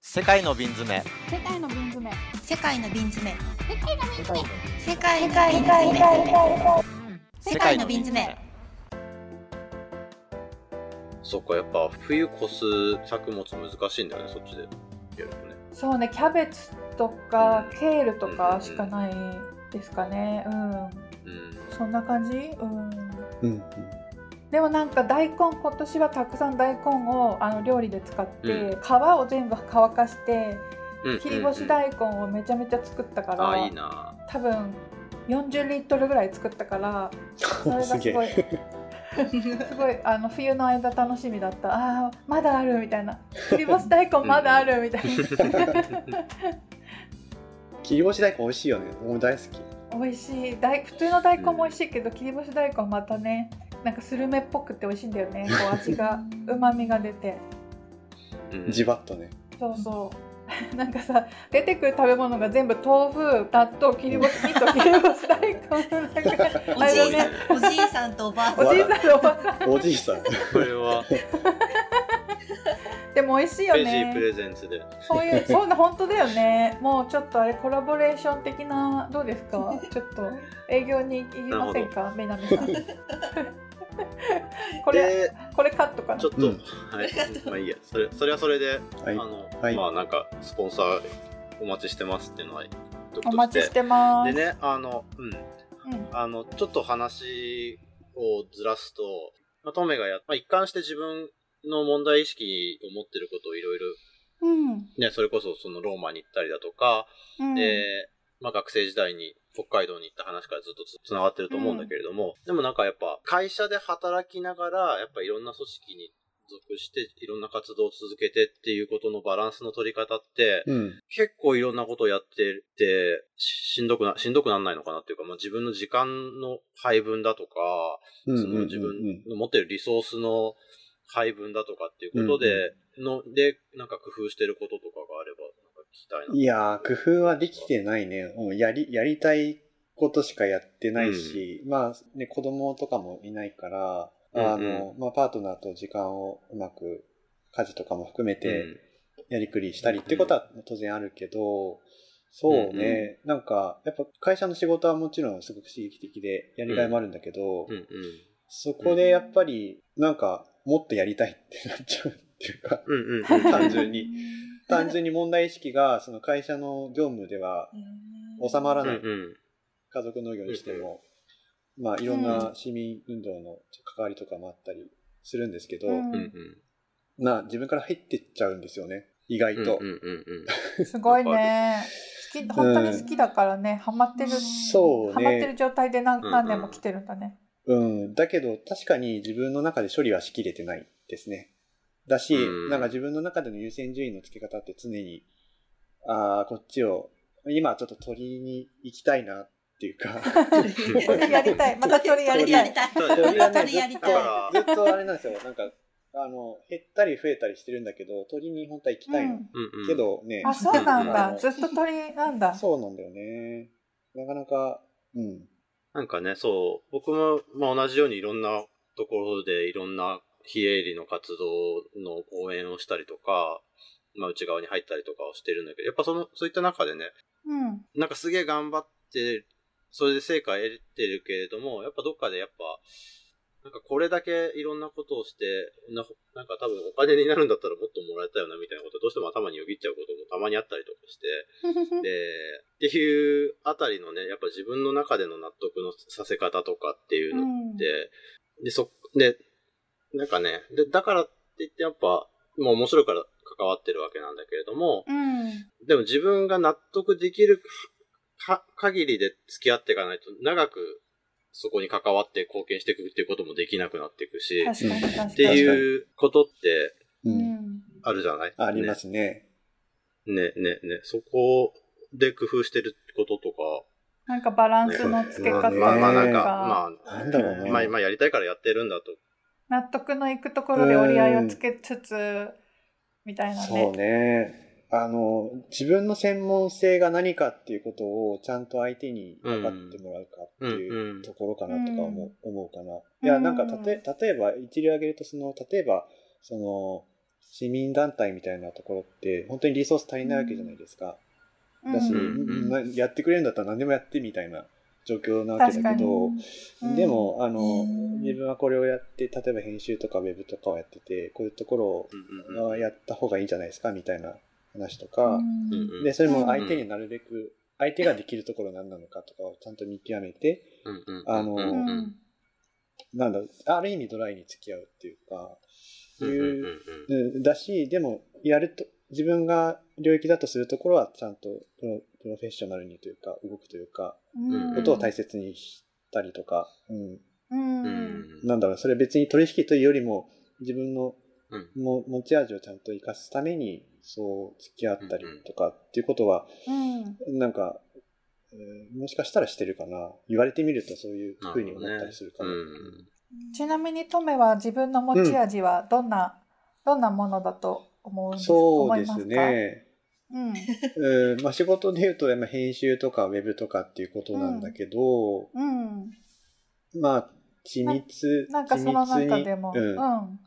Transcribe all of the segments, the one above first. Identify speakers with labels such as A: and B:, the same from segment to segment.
A: 世界の瓶詰め
B: 世界の瓶詰め
C: 世界の瓶詰め
B: 世界の瓶詰め
C: 世界の瓶詰め世界の瓶詰め
D: そっか、やっぱ冬越す作物難しいんだよね、そっちでやるとね。
E: そうね、キャベツとかケールとかしかないですかね。うん、
D: うん。
E: そんな感じ。うん。
F: うんうん
E: でもなんか大根今年はたくさん大根をあの料理で使って、
D: う
E: 皮を全部 乾かして
D: うんうん
E: 切り干し大根をめちゃめちゃ作ったから、
D: あいいな
E: 多分40リットルぐらい作ったからそれがす
F: すげ
E: ごい
F: え
E: すごいあの冬の間楽しみだったああまだあるみたいな切り干し大根まだあるみたいな
F: 切り干し大根美味しいよね俺も大好き
E: 美味しい大普通の大根も美味しいけど切り干し大根またねなんかスルメっぽくて美味しいんだよねこう味がうまみが出て
D: うん
F: じわっとね
E: そうそう なんかさ出てくる食べ物が全部豆腐納豆切り干しミート切り干し大根の中が
C: おじいさんおじいさんとおばあさ
E: お
C: ん
E: じいさんのおばさん
F: おじ いさん
D: これ はベ
E: でも美味しいよ
D: ジープ
E: ね
D: レゼンツで。
E: そういうそんな本当だよねもうちょっとあれコラボレーション的などうですかちょっと営業に行きませんか南さんこれ、
D: で、
E: これカットかな
D: ちょっと、
F: うん
D: はい、まあいいや、それそれはそれで、
F: はい
D: あの、
F: はい
D: まあなんか、スポンサーお待ちしてますっていうのは、独。
E: お待ちしててます
D: でね、あの、うん、
E: うん
D: あの、ちょっと話をずらすと、まあ、トメがや、まあ、一貫して自分の問題意識を持ってることをいろい
E: うん
D: ろ、ね、それこそそのローマに行ったりだとか、
E: うん
D: で、まあ、学生時代に北海道に行った話からずっとつつながってると思うんだけれども、でもなんかやっぱ会社で働きながら、やっぱいろんな組織に属していろんな活動を続けてっていうことのバランスの取り方って、
F: うん
D: 結構いろんなことをやってて、ししんどくな、しんどくなんないのかなっていうか、まあ、自分の時間の配分だとか、
F: うん
D: その
F: うん
D: 自
F: うんうん
D: 分の持ってるリソースの配分だとかっていうことで、の、で、なんか工夫してることとかがあれば、なんか聞きたいな。
F: いやー工夫はできてないね、うん、やりやりたいことしかやってないし、まあ、ね、子供とかもいないからあの、まあ、パートナーと時間をうまく家事とかも含めて、
D: うん
F: やりくりしたりってことは当然あるけど、そうね、
D: うんう
F: なんか、やっぱ会社の仕事はもちろんすごく刺激的でやりがいもあるんだけど、
D: うんうん。
F: そこでやっぱり、なんか、もっとやりたいってなっちゃうっていう か、
D: うんうんうん。
F: 単純に。単純に問題意識が、その会社の業務では収まらない、
D: うん
F: 家族農業にしても、まあ、いろんな市民運動の関わりとかもあったりするんですけど、
E: うん
D: うん。うんうん。
F: な、自分から入ってっちゃうんですよね、意外と。
D: うんうんうん。
E: すごいね。好き、本当に好きだからね、ハマってる。
F: そうね
E: ハマってる状態で何
D: うんうん
E: 何年も来てるんだね。
F: うん、だけど確かに自分の中で処理はしきれてないですね。だし、
D: うん
F: なんか自分の中での優先順位の付け方って常に、ああ、こっちを、今ちょっと鳥に行きたいなっていうか、
E: それやりたい。 またそれやり
C: 鳥
E: た
C: やり
E: い。
C: たい
F: 鳥はね、
C: 鳥やり
F: ずっと
C: たい
F: ずっとあれなんですよ。なんか、あの、減ったり増えたりしてるんだけど、鳥に本当は行きたいの。
D: うんうん。
F: け、どね、
E: あ、そうなん
F: あ
E: だ。
F: の
E: ずっと鳥なんだ。
F: そうなんだよね。なかなか、うん。
D: なんかね、そう、僕も、まあ、同じようにいろんなところでいろんな非営利の活動の応援をしたりとか、まあ、内側に入ったりとかをしてるんだけど、やっぱその、そういった中でね、
E: うん。
D: なんかすげえ頑張って、それで成果得てるけれども、やっぱどっかでやっぱ、なんかこれだけいろんなことをして、ななんか多分お金になるんだったらもっともらえたよなみたいなことどうしても頭によぎっちゃうこともたまにあったりとかして、で、っていうあたりのね、やっぱ自分の中での納得のさせ方とかっていう
E: う
D: の
E: ん。
D: で、で、そ、で、なんかね、で、だからって言ってやっぱ、もう面白いから関わってるわけなんだけれども、
E: うん。
D: でも自分が納得できるか限りで付き合っていかないと長くそこに関わって貢献していくっていうこともできなくなっていくし、っ
E: 確かに確かに。って
D: いうことって
E: う
F: う。
E: んん。
D: あるじゃない
F: ありますね。
D: ね。ね、ね、ね。そこで工夫してることとか、
E: なんかバランスの付け方と
D: まあまあなん
F: ね
D: か、
E: か、
D: ま
F: なんだろう
D: あ、
F: ね。
D: まあ今やりたいからやってるんだと。
E: 納得のいくところで折り合いをつけつつ、みたいな
F: そう
E: ね。
F: ね。あの、自分の専門性が何かっていうことをちゃんと相手に分かってもらうかって
D: うんう
F: い
D: ん
F: うところかなとか思う,、思うかな。い
E: うん
F: や、なんかたとえ、例えば、一流挙げると、その、例えば、その、市民団体みたいなところって、本当にリソース足りないわけじゃないですか。だし、
D: うんうん
F: なやってくれるんだったら何でもやってみたいな状況なわけだけど、
E: うん
F: でも、あの、
E: うん
F: 自分はこれをやって、例えば編集とかウェブとかをやってて、こういうところを
D: うんうんうん
F: あやった方がいいんじゃないですかみたいな話とか、
D: うんうん
F: で、それも相手になるべく、相手ができるところ何なのかとかをちゃんと見極めて、
D: うんうん
F: あの
D: うんうんうん
F: なんだ、ある意味ドライに付き合うっていうか、そう
D: うんうん
F: いう、うんだし、でも、やると、自分が領域だとするところはちゃんとプロプロフェッショナルにというか、動くというか、
D: うん
F: ことを大切にしたりとか、うん、
B: うん
D: うんう
B: うん
D: ん
F: なんだろう、それ別に取引というよりも、自分の
D: うん
F: も持ち味をちゃんと生かすために、そう付き合ったりとかっていうことは、
B: うん
F: なんか、うんもしかしたらしてるかな。言われてみるとそういうふうに思ったりするかな。
D: なる
E: ちなみにトメは自分の持ち味はどんな、どんなものだと思うんです
F: そう
E: 思
F: で
E: いますすか
F: ね。
B: うん
F: うんまあ、仕事で言うと、まあ編集とかウェブとかっていうことなんだけど、
B: うん
F: まあ、緻密、
E: なんかその
F: 緻密
E: 中
F: に
E: でも、う
F: うん
E: ん、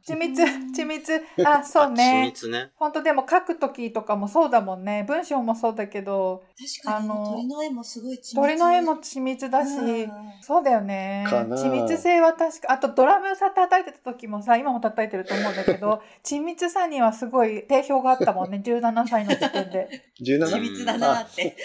E: 緻密、緻密、あ、そう
D: 緻
E: ね。
D: 密ね。
E: 本当でも書くときとかもそうだもんね。文章もそうだけど、
C: かに、
E: あの
C: 鳥の絵もすごい緻密
E: 鳥の絵も緻密だし、
C: うん
E: そうだよね。
F: かな
E: 緻密性は確か、あとドラムさ叩いてた時もさ、今も叩いてると思うんだけど、緻密さにはすごい定評があったもんね、17歳の時点で。
C: 緻
F: 17?
C: 密だなって。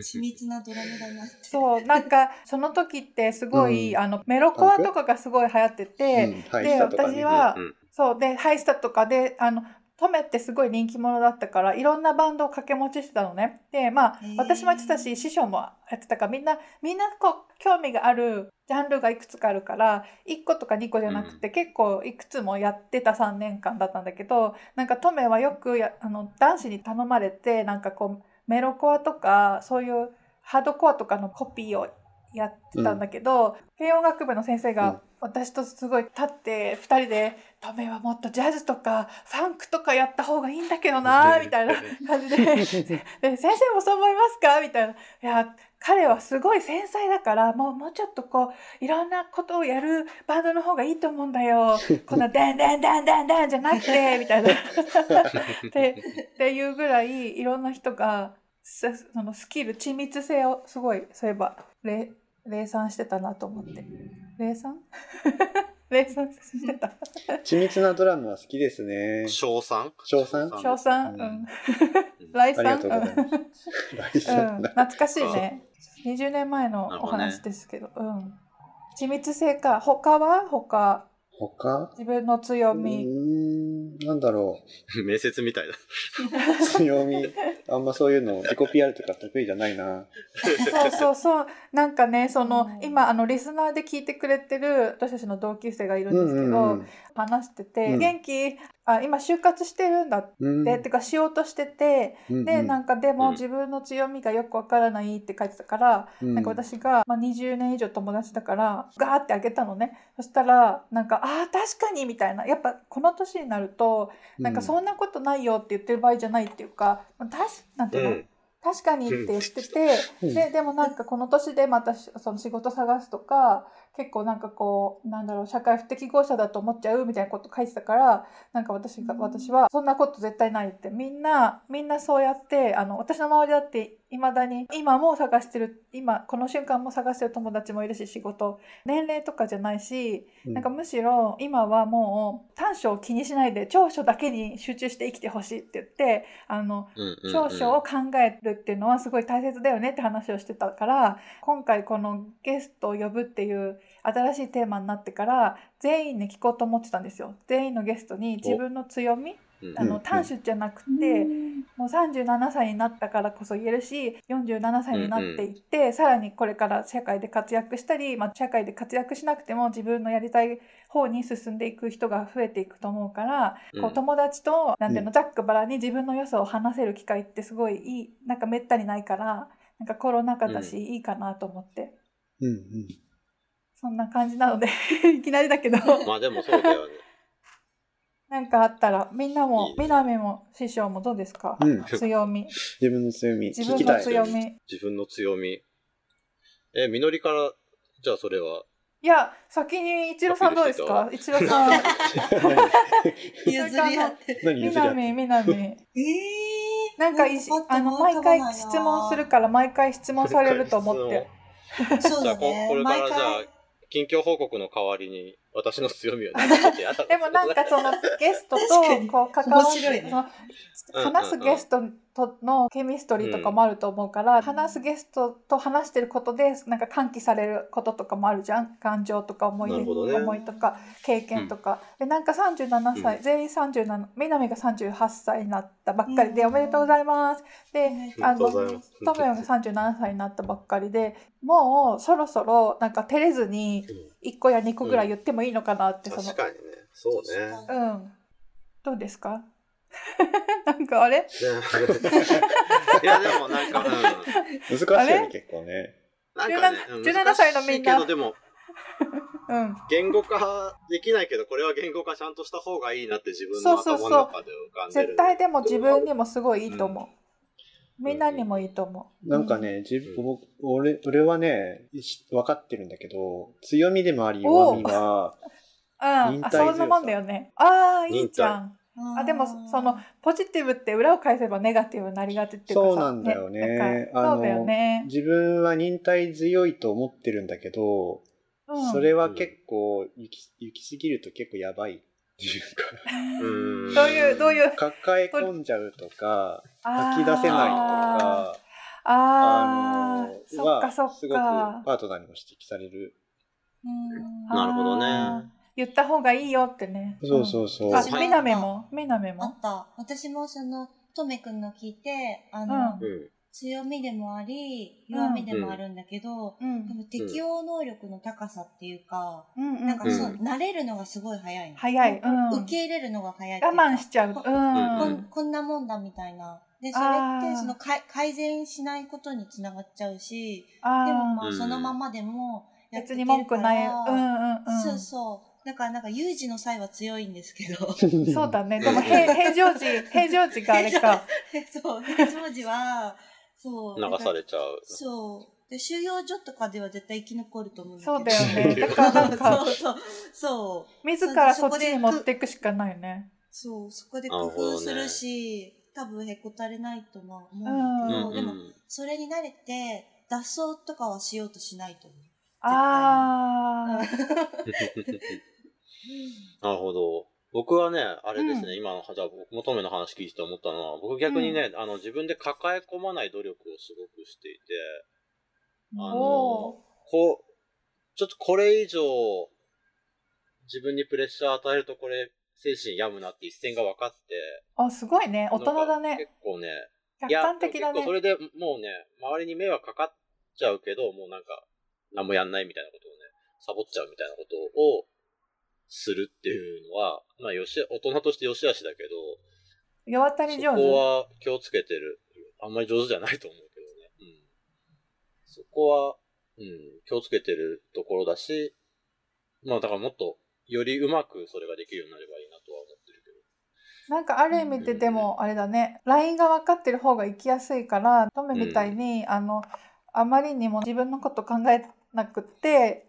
C: 緻密なドラムだなって。
E: そう、なんか、その時ってすごい、
F: うん
E: あの、メロコアとかがすごい流行ってて、
F: うん、ハイスタとかね
E: で私は
D: うん
E: そうでハイスタとかであのトメってすごい人気者だったからいろんなバンドを掛け持ちしてたのね。でまあ
C: へー
E: 私もやってたし師匠もやってたからみんなみんなこう興味があるジャンルがいくつかあるから1個とか2個じゃなくて結構いくつもやってた3年間だったんだけどなんかトメはよくやあの男子に頼まれてなんかこうメロコアとかそういうハードコアとかのコピーをやってたんだけど、軽音楽部の先生
F: うん
E: が私とすごい立って2人で「トメはもっとジャズとかファンクとかやった方がいいんだけどな」みたいな感じで で「先生もそう思いますか?」みたいな「いや彼はすごい繊細だからもうもうちょっとこういろんなことをやるバンドの方がいいと思うんだよこんな「ダンダンダンダンダン」じゃなくてみたいな。 でっていうぐらいいろんな人がさそのスキル緻密性をすごいそういえばれ礼賛してたなと思って礼賛 礼賛してた
F: 緻密なドラムは好きですね。
D: 賞賛
F: 賞賛
E: 賞賛
F: う
E: うんん
D: うん
E: 礼
F: ありが
E: 賛
F: とうございます。ライ
E: う
F: ス
E: ん、うん
F: だ
E: 懐かしいね20年前のお話ですけどうん緻密性か他は他
F: 他
E: 自分の
F: う
E: 強
F: ー
E: み
F: ん、なんだろ
D: 面接みたいだ。
F: う。強み。あんまそういうの、自己 PR とか得意じゃないな。
E: そうそうそうなんかねその
C: うん
E: 今あのリスナーで聞いてくれてる私たちの同級生がいるん
F: う
E: で
F: ん
E: す
F: う
E: けど、
F: ん
E: 話してて「
F: うん
E: 元気あ今就活してるんだって」
F: うん。
E: てかしようとしてて
F: うん、
E: でなんかで
D: うん
E: も自分の強みがよくわからないって書いてたから、
F: うん、
E: なんか私が、まあ、20年以上友達だからガーってあげたのねそしたらなんか「あー確かに」みたいなやっぱこの年になるとなんかそんなことないよって言ってる場合じゃないっていうか「まあ、確なんていうの、確かにって言ってて、
F: うん
E: ででもなんかこの年でまたしその仕事探すとか結構なんかこうなんだろう社会不適合者だと思っちゃうみたいなこと書いてたからなんか私が
C: うん
E: 私はそんなこと絶対ないってみんなみんなそうやってあの私の周りだっていまだに今も探してる今この瞬間も探してる友達もいるし仕事年齢とかじゃないし
F: うん、
E: なんかむしろ今はもう短所を気にしないで長所だけに集中して生きてほしいって言ってあの長所を考えるっていうのはすごい大切だよねって話をしてたから今回このゲストを呼ぶっていう新しいテーマになってから全員に聞こうと思ってたんですよ全員のゲストに自分の強みあ
F: うん
E: の短所じゃなくて、もう37歳になったからこそ言えるし47歳になっていって、さらにこれから社会で活躍したり、まあ、社会で活躍しなくても自分のやりたい方に進んでいく人が増えていくと思うから、
D: うん
E: こう友達となんていう
F: う
E: のざっくばらに自分の良さを話せる機会ってすごいいいなんかめったにないからなんかコロナ禍だし、
D: うん
E: いいかなと思って
F: うんうん。
E: そんな感じなので いきなりだけど
D: まあでもそうだよね。
E: なんかあったらみんない
D: い
E: も
D: ね
E: みなみも師匠もどうですか、
F: うん
E: 強み
F: 自分の強み、
E: 自
F: 聞
E: 分
F: き
E: の
F: たい。
E: 強み
D: 自分の強み。え、みのりから、じゃあそれは
E: いや先に一郎さんどうですか一郎さん
C: 譲り合って。
F: 何
E: み
F: 譲り合
E: な
F: っ
E: み
F: て。
E: みなみ
C: えー、
E: なんかいしあの毎回質問する。から毎回質問されると思って
C: そう
D: じゃあ
C: だ
D: こ
C: ね。
D: これか
C: 毎
D: らじゃあ
C: 回。
D: 近況報告の代わりに私の強みをねちょっとやだ
E: でもなんかそのゲストと
C: 確かに
E: こう関わっ
C: 面白い
E: て
C: ね
E: その話すゲストとのケミストリーとかもあると思うから、話すゲストと話してることでなんか喚起されることとかもあるじゃん感情とか思い
D: な
E: 出
D: るほどね
E: 思いとか経験とか、でなんか37歳、全員37南が38歳になったばっかりで、
C: うん
E: おめでとうございますであ
D: ありがと
E: の
D: うございます
E: トムヨンが37歳になったばっかりでもうそろそろなんか照れずに1個や2個ぐらい言ってもいいのかなって、その
D: 確かにねそうね
E: うん。どうですか なんかあれ
D: いやでもなんか、うん、
F: 難しいよ
E: あれ
F: ね、結構ね。
D: なんかねうん
E: 17
D: 難しい
E: 歳のみんな
D: けどでも
E: うん。
D: 言語化できないけどこれは言語化ちゃんとした方がいいなって自分の頭の中で浮かんでる
E: 絶対でも自分にもすごいいいと思う。
D: ん
E: みんなにもいいと思
F: なんかね、自分
D: うん
F: 僕俺、俺はね、し分かってるんだけど、強みでもあり
E: お
F: 弱みは、
E: う。うん。
F: 忍
E: あ、
F: 耐強
E: そ
F: さ
E: んなもんだよね。ああ、いいじゃん。
C: うん
E: あ、でも、その、、ポジティブって裏を返せばネガティブになりがちっていうかさ。
F: そうなんだよ
E: な
F: ね
E: んか
F: あの
E: そうだよね。
F: 自分は忍耐強いと思ってるんだけど、
E: うん。
F: それは結構行き、行き過ぎると結構やばい っていう
D: うん
E: どういう、どういう、
F: か、抱え込んじゃうとか、
E: あー
F: 吐き出せないと。か、
E: あ
F: あ
E: ー
F: の、
E: そっ
F: は、
E: か
F: す
E: そ
F: ご
E: っ
F: く
E: か。
F: パートナーにも指摘される。
C: うん
D: なるほどね
E: あー。言った方がいいよってね。。
F: そうそううそう。
E: あ
D: は、い
E: みなめもみなめ
C: あ
E: も
C: った。私もその、とめくんの聞いて、あの、
E: うん
D: うん
C: 強みでもあり、弱みでもあるんだけど、
E: うん
C: 多分適応能力の高さっていうか、
E: うんうん、
C: なんかそう、
D: うん
C: 慣れるのがすごい早いの。
E: 早い、うん、
C: 受け入れるのが早いっていうか。
E: 我慢しちゃう、うん
C: こ
D: うん
C: こんなもんだみたいな。で、それ
E: あー
C: って、そのかい、改善しないことにつながっちゃうし、でも
E: あ
C: ま
D: う
C: あ、
D: ん
C: そのままでも
E: ー
C: やって
E: 別
C: いけ
E: に
C: る
E: 文句ない、う
C: か
E: ん
C: ら
E: うんうん、
C: そうそう。だからなんか、有事の際は強いんですけど、
E: そうだねでも平平常時平常時があれか
C: そう、平常時は、そう。
D: 流されちゃう
C: そう。で、収容所とかでは絶対生き残ると思うんだけど。
E: そうだよね だからなんか
C: そうそう。そう。
E: 自らそっちに持っていくしかないよね
C: そう、そこで工夫するし、多分へこたれないとは思うんだけど、
E: うん
C: で
D: う
C: も、
D: ん
C: それに慣れて、脱走とかはしようとしないと思う。
E: あ
D: なるほど。僕はね、あれですね、今の、じゃあ僕もトメの話聞いてて思ったのは、僕逆にね、あの、自分で抱え込まない努力をすごくしていて、
E: ー
D: あの
E: お
D: こう、ちょっとこれ以上、自分にプレッシャー与えるとこれ、精神病むなって一線が分かって、
E: ーあすごいね大人
D: な
E: だ
D: んか
E: ね
D: 結構ね、い
E: 客
D: や、
E: 観的だ
D: 結構
E: ね
D: それでもうね、周りに迷惑かかっちゃうけど、もうなんか、何もやんないみたいなことをね、サボっちゃうみたいなことをするっていうのは、まあ、よし、大人としてよし悪しだけど、
E: 弱たり
D: そ
E: 上
D: こ
E: 手
D: は気をつけてる。あんまり上手じゃないと思うけどね。うん。そこは、うん、気をつけてるところだし、まあだからもっと、よりうまくそれができるようになればいいなとは思ってるけど。
E: なんかある意味ででもあれだね LINE が分かってる方が行きやすいからトメみたいに、あのあまりにも自分のこと考えなくって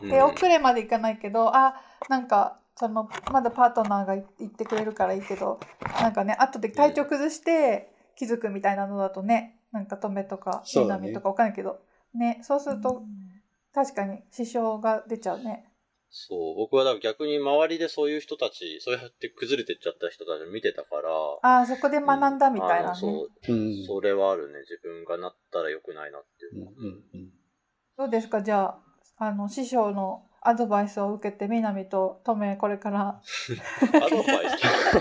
E: 手
D: うん
E: 遅れまでいかないけど、あなんかそのまだパートナーがい言ってくれるからいいけどなんかね後で体調崩して気づくみたいなのだとねなんか止めとか
F: そうだね
E: 南とかわかんないけどねそうすると確かに支障が出ちゃうね。
D: そう、僕はだから逆に周りでそういう人たち、そうやって崩れてっちゃった人たちを見てたから、
E: ああそこで
D: うん
E: 学んだみたい
D: あ
E: な
D: の
E: ね。
D: そう、
F: うん。
D: それはあるね。自分がなったら良くないなって
F: う
D: い
F: ん
D: う。
F: うんうん
E: どうですかじゃああの師匠のアドバイスを受けて南とトメこれから。
D: アドバイ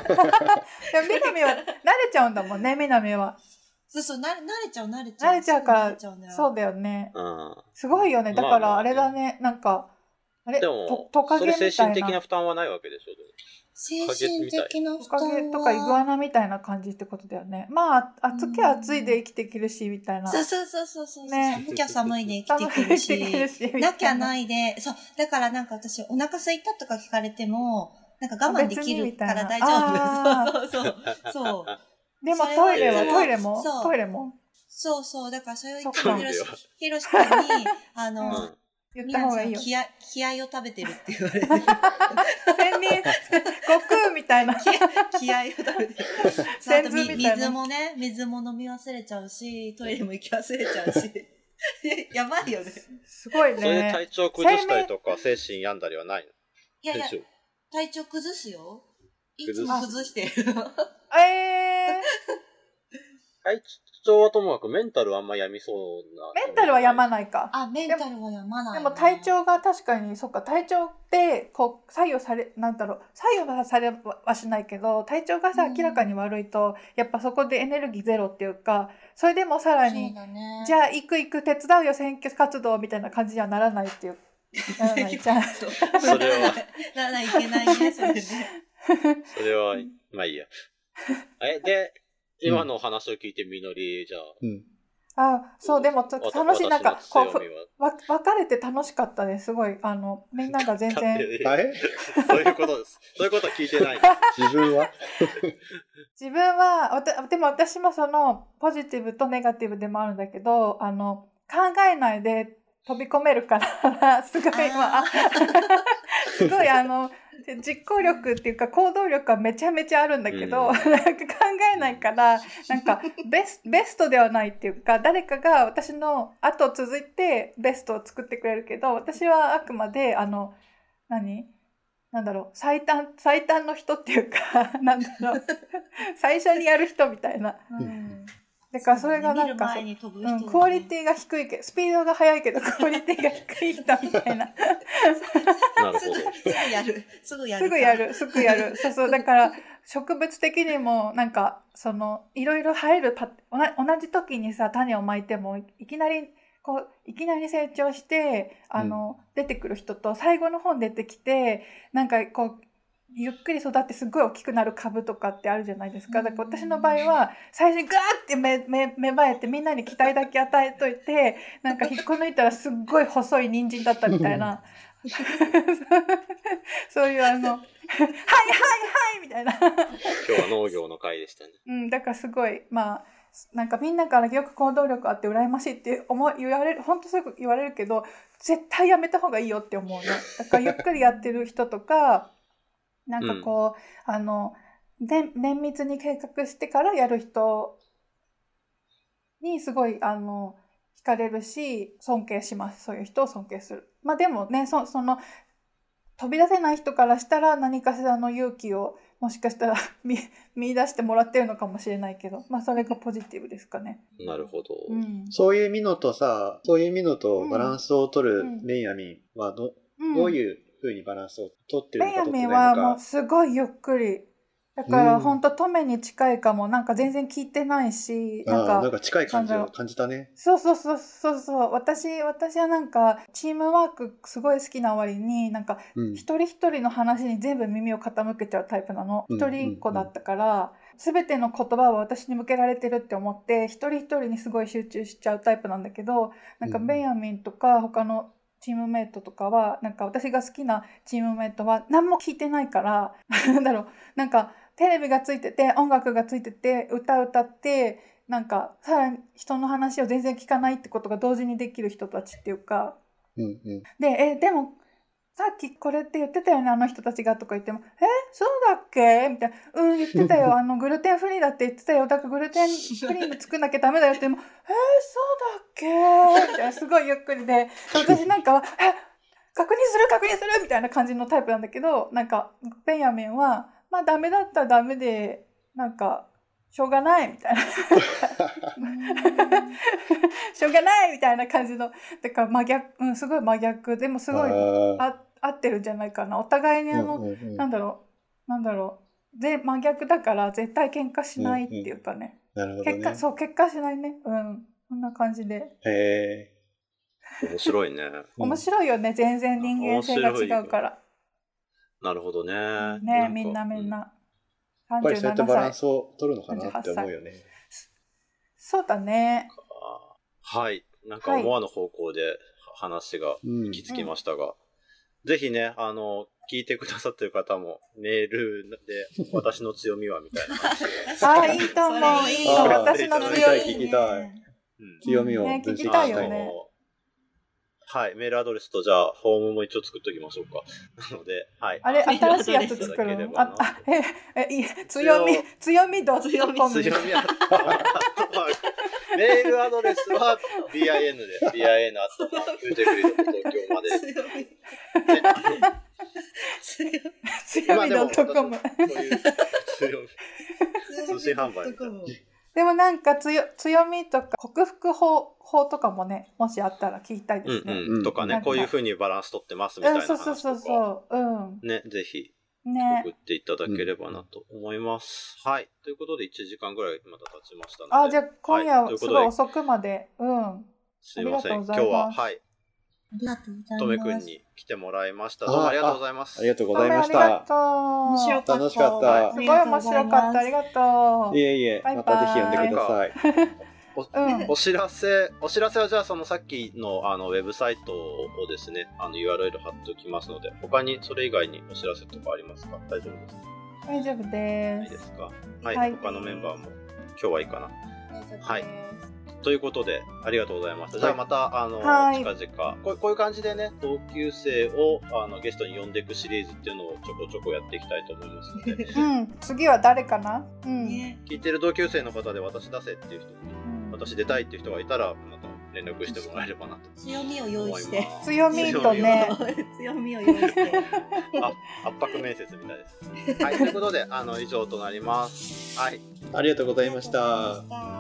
D: ス。
E: でも南は慣れちゃうんだもんね南は。
C: そうそう、なれ慣れちゃう、慣れちゃう。
E: 慣れちゃうから
C: 慣れちゃうんだよ
E: そうだよね。
D: う
E: すごいよね。だか
D: まあま
E: ら
D: あ
E: あれだね、なんか、あれ、
D: ん。で
E: と
D: も、
E: トカ
D: そ
E: ゲ
D: れ
E: みたいな。
D: 精神的な負担はないわけでしょ、
C: 精神的な負
E: トカゲ
C: 担
E: とかイグ
C: は。
E: アナみたいな感じってことだよね。まあ、あ暑きゃ暑いで生きていけるし、みたいな。
C: そうそうそうそうそう。
E: ね
C: 寒きゃ寒いで生きていくる
E: 生きていける
C: し。
E: しみたい。
C: なきゃないいで、そう。だからなんか私、お腹空いたとか聞かれても、なんか我慢できるから大丈夫。そうそうそう。そう。
E: でも
C: それ
E: トイレ
D: はい
E: は、
D: つも
E: トイレも
C: そう、
E: トイレも。
C: そうそう、だからそれをいつ
E: そっ
C: も
E: か
C: ひろし、ひろし君に、あ
D: う
C: の、
D: ん。
E: 言っ
C: み
E: た
C: や
E: 方が
C: ちゃ
E: い
C: ん
E: いよ。
C: 気合、気合を食べてるって言われて る。
E: 千人、悟空みたいな。
C: 気合を食べてる。
E: 先
C: あと
E: 祖
C: み
E: みたいな
C: 水もね、水も飲み忘れちゃうし、トイレも行き忘れちゃうし。 やばいよね。
E: すごい
D: それで
E: ね。
D: 体調崩したりとか、精神病んだりはないの
C: いやいや
D: 大、丈夫
C: 体調崩すよ。いつも崩してる。
E: えー、
D: 体調はともかく、メンタルはあんま病みそうな。
E: メンタルはやま
D: ない。
E: ないか。
C: あ、メンタルはやまない
E: で
C: な。
E: も体調が確かにそっか体調ってこう左右されなんだろう左右はされはしないけど体調がさ
C: うん
E: 明らかに悪いと、やっぱそこでエネルギーゼロっていうかそれでもさら
C: そう
E: に、
C: だね。
E: じゃあ行く行く手伝うよ選挙活動みたいな感じにはならないっていう ならないじゃん
D: それは。
C: ならないいけないね、それね。
D: それは、まあいいや。え、で、今のお話を聞いて、みのり、じゃあ。
F: うん。
E: あそうでもちょっと
D: わ
E: 楽しいなんか
D: 私
E: こ
D: の
E: う
D: 強みは
E: ふわ別れて楽しかったですすごいあのみんなが全然
F: あ
D: 勝
F: れ
D: 手にそういうことです。そういうことは聞いて ない。
F: 自分は
E: 自分はわたでも私もそのポジティブとネガティブでもあるんだけどあの考えないで飛び込めるからすごいま
C: あ
E: あ すごいあの実行力っていうか行動力はめちゃめちゃあるんだけど、
D: うん
E: なんか考えないからなんかベスベストではないっていうか誰かが私の後を続いてベストを作ってくれるけど私はあくまであの何なんだろう最短最短の人っていうか なんだろう最初にやる人みたいな
C: うん
E: だからそれがなんか
C: 見る
E: そ
C: 前に飛ぶ
E: う、う
C: 人
E: ん、クオリティが低いけどスピードが速いけどクオリティが低い人みたいな
D: なる
C: す
D: ほ
C: ぐ
D: ど。
C: すぐやる。すぐやる。
E: すぐや。るすぐ やるそうそうだから植物的にもなんかそのいろいろ生えるパおな同じ時にさ種をまいてもいいきなりこういきなり成長してあの、出てくる人と最後の方に出てきてなんかこうゆっくり育ってすごい大きくなる株とかってあるじゃないですかだから私の場合は最初にガーって芽芽芽生えてみんなに期待だけ与えといてなんか引っこ抜いたらすっごい細い人参だったみたいな そういうあの「 はいはいはい」みたいな、
D: 今日は農業の回でしたね。
E: うん、だからすごいまあなんかみんなからよく行動力あって羨ましいって思う言われる本当すぐ言われるけど絶対やめた方がいいよって思うのだからゆっくりやってる人と かなんかこう、あのね綿密に計画してからやる人にすごいあの惹かれるし尊敬しますそういう人を尊敬するまあでもねそその飛び出せない人からしたら何かしらの勇気をもしかしたら 見見出してもらってるのかもしれないけどまあそれがポジティブですかね。
D: なるほど。
E: うん
F: そういうミノとさ、そういうミノとバランスを取るベンヤミンはど、
E: うん
F: どういう風にバランスを取ってる
E: ベ
F: の
E: ン
F: か
E: ヤ
F: 取っ
E: ミ
F: て
E: ン
F: ない
E: は
F: の
E: もう
F: か。
E: すごいゆっくり。だから
F: うん
E: 本当トメに近いかもなんか全然聞いてないし
F: あ
E: なんか
F: あー、なんか近い感じ
E: な
F: を
E: んだ
F: 感じたね。
E: そうそうそうそうそう私私はなんかチームワークすごい好きな割になんか
F: うん。
E: 一人一人の話に全部耳を傾けちゃうタイプなの
F: うん
E: 一人っ子だったから全ての言葉は私に向けられてるって思って一人一人にすごい集中しちゃうタイプなんだけどなんか
F: うん
E: ベンヤミンとか他のチームメイトとかはなんか私が好きなチームメイトは何も聞いてないから なんだろうなんかテレビがついてて音楽がついてて歌歌ってなんかさらに人の話を全然聞かないってことが同時にできる人たちっていうか
F: うんうん。
E: で、え、でも、さっきこれって言ってたよね、あの人たちがとか言っても、え、そうだっけみたいな、うん、言ってたよ、あの、グルテンフリーだって言ってたよ、だからグルテンフリーも作んなきゃダメだよって言っても、え、そうだっけみたいな、すごいゆっくりで、私なんかは、え、確認する、確認するみたいな感じのタイプなんだけど、なんか、ベンヤミンは、まあ、ダメだったらダメで、なんか、しょうがないみたいな。 しょうがないみたいな感じのだから真逆、うん、すごい真逆でもすごい
F: あ
E: あ合ってるんじゃないかなお互いに
F: ー
E: あの、
F: うんうんうん
E: なんだろうなんだろうで真逆だから絶対喧嘩しないっていうかね、
F: なるほ
E: 結果
F: どね。
E: そう結果しないねうんこんな感じで
F: へ
D: 面白いね。
F: うん
E: 面白いよね、全然人間性が違うから
D: なるほどね。
E: ね
D: か
E: みんなみん。な、
F: やっぱりそうやって
E: 37
F: バラン
E: 歳
F: スを取るのかなって思うよね。
E: そうだね
D: あーはい。なんか思わぬ方向で話が
F: うん。
D: 行き着きましたが、ぜひね、あの、聞いてくださってる方も、メールで、私の強みはみたいな。
E: あいいと思う
C: それ
E: いい
C: あ
E: と思う
C: ー
E: 私の
D: 聞
E: 強
F: きたい
E: み
F: 聞きたい
C: ね
D: うん
F: 強みを分析
E: ね聞き
F: したたい。
E: いよね
D: はい、メールアドレスと、じゃあ、フォームも一応作っときましょうか。なので、はい。
E: あれ、
D: の
E: 新し いやつ作るのあ、あ、え、え、いえ強み、強みドットコム。
D: 強みは、メールアドレスは bin で、bin あったま、フーテクリドット東京まで。
C: 強い。強い。
E: 強みドットコム。
D: そういう強み通信販売みたい
E: でもなんか強、強みとか、克服法、法とかもね、もしあったら聞きたいです
D: う
E: ね。
D: んうん。とか
E: な
D: ね
E: ん、か
D: こういうふうにバランス取ってますみ
E: う
D: たい
E: ん、
D: な
E: そう
D: 話
E: そうそう
D: とか。
E: そう。うん。
D: ね、ぜひ
E: ね
D: 送。っていただければなと思います。はい。ということで、1時間ぐらいまた経ちましたので。
E: あ、じゃあ今夜
D: はいとい
E: は
D: う
E: す
D: ことで、
E: ごい遅くまで。うん。
D: すいません。
E: あり
D: 今
E: が
D: 日
E: とうござい
D: は、
E: ます
D: はい。
C: ありがとうございます。
D: とめくんに来てもらいました。どうもありがとうございます。
F: ありがとうご
E: ご
F: ざいまし
E: ありが
F: た。
E: とう。
C: 面白かった。
F: 楽しかった
E: すごい面白かった。ありがとう。
F: いえいえ、
E: バイバイ
F: またぜひ呼んでください。
E: うん。
D: お知らせ、お知らせはじゃあそのさっきのあのウェブサイトをですね、あの URL 貼っておきますので、他にそれ以外にお知らせとかありますか大丈夫ですか
E: 大丈夫
D: な
E: で。
D: いですすかはい、
E: はい
D: 他のメンバーも今日はいいかな。はい
E: です。
D: ということで、ありがとうございました。じゃあまた、あの、
E: はい
D: 近々こう、こういう感じでね、同級生をあのゲストに呼んでいくシリーズっていうのをちょこちょこやっていきたいと思いますの で、
E: うん、次は誰かな。うん。
C: ね
D: 聞いてる同級生の方で私出せっていう人、私出たいっていう人がいたら、また連絡してもらえればなと
C: 強みを
D: 思
C: 用
D: い
C: 意
D: ます。
C: して。
E: 強みとね。
C: 強みを用意して。
D: あ圧迫面接みたいです。はい、ということで、あの以上となります。はい。
F: ありがとうございました。
C: ありがとうございました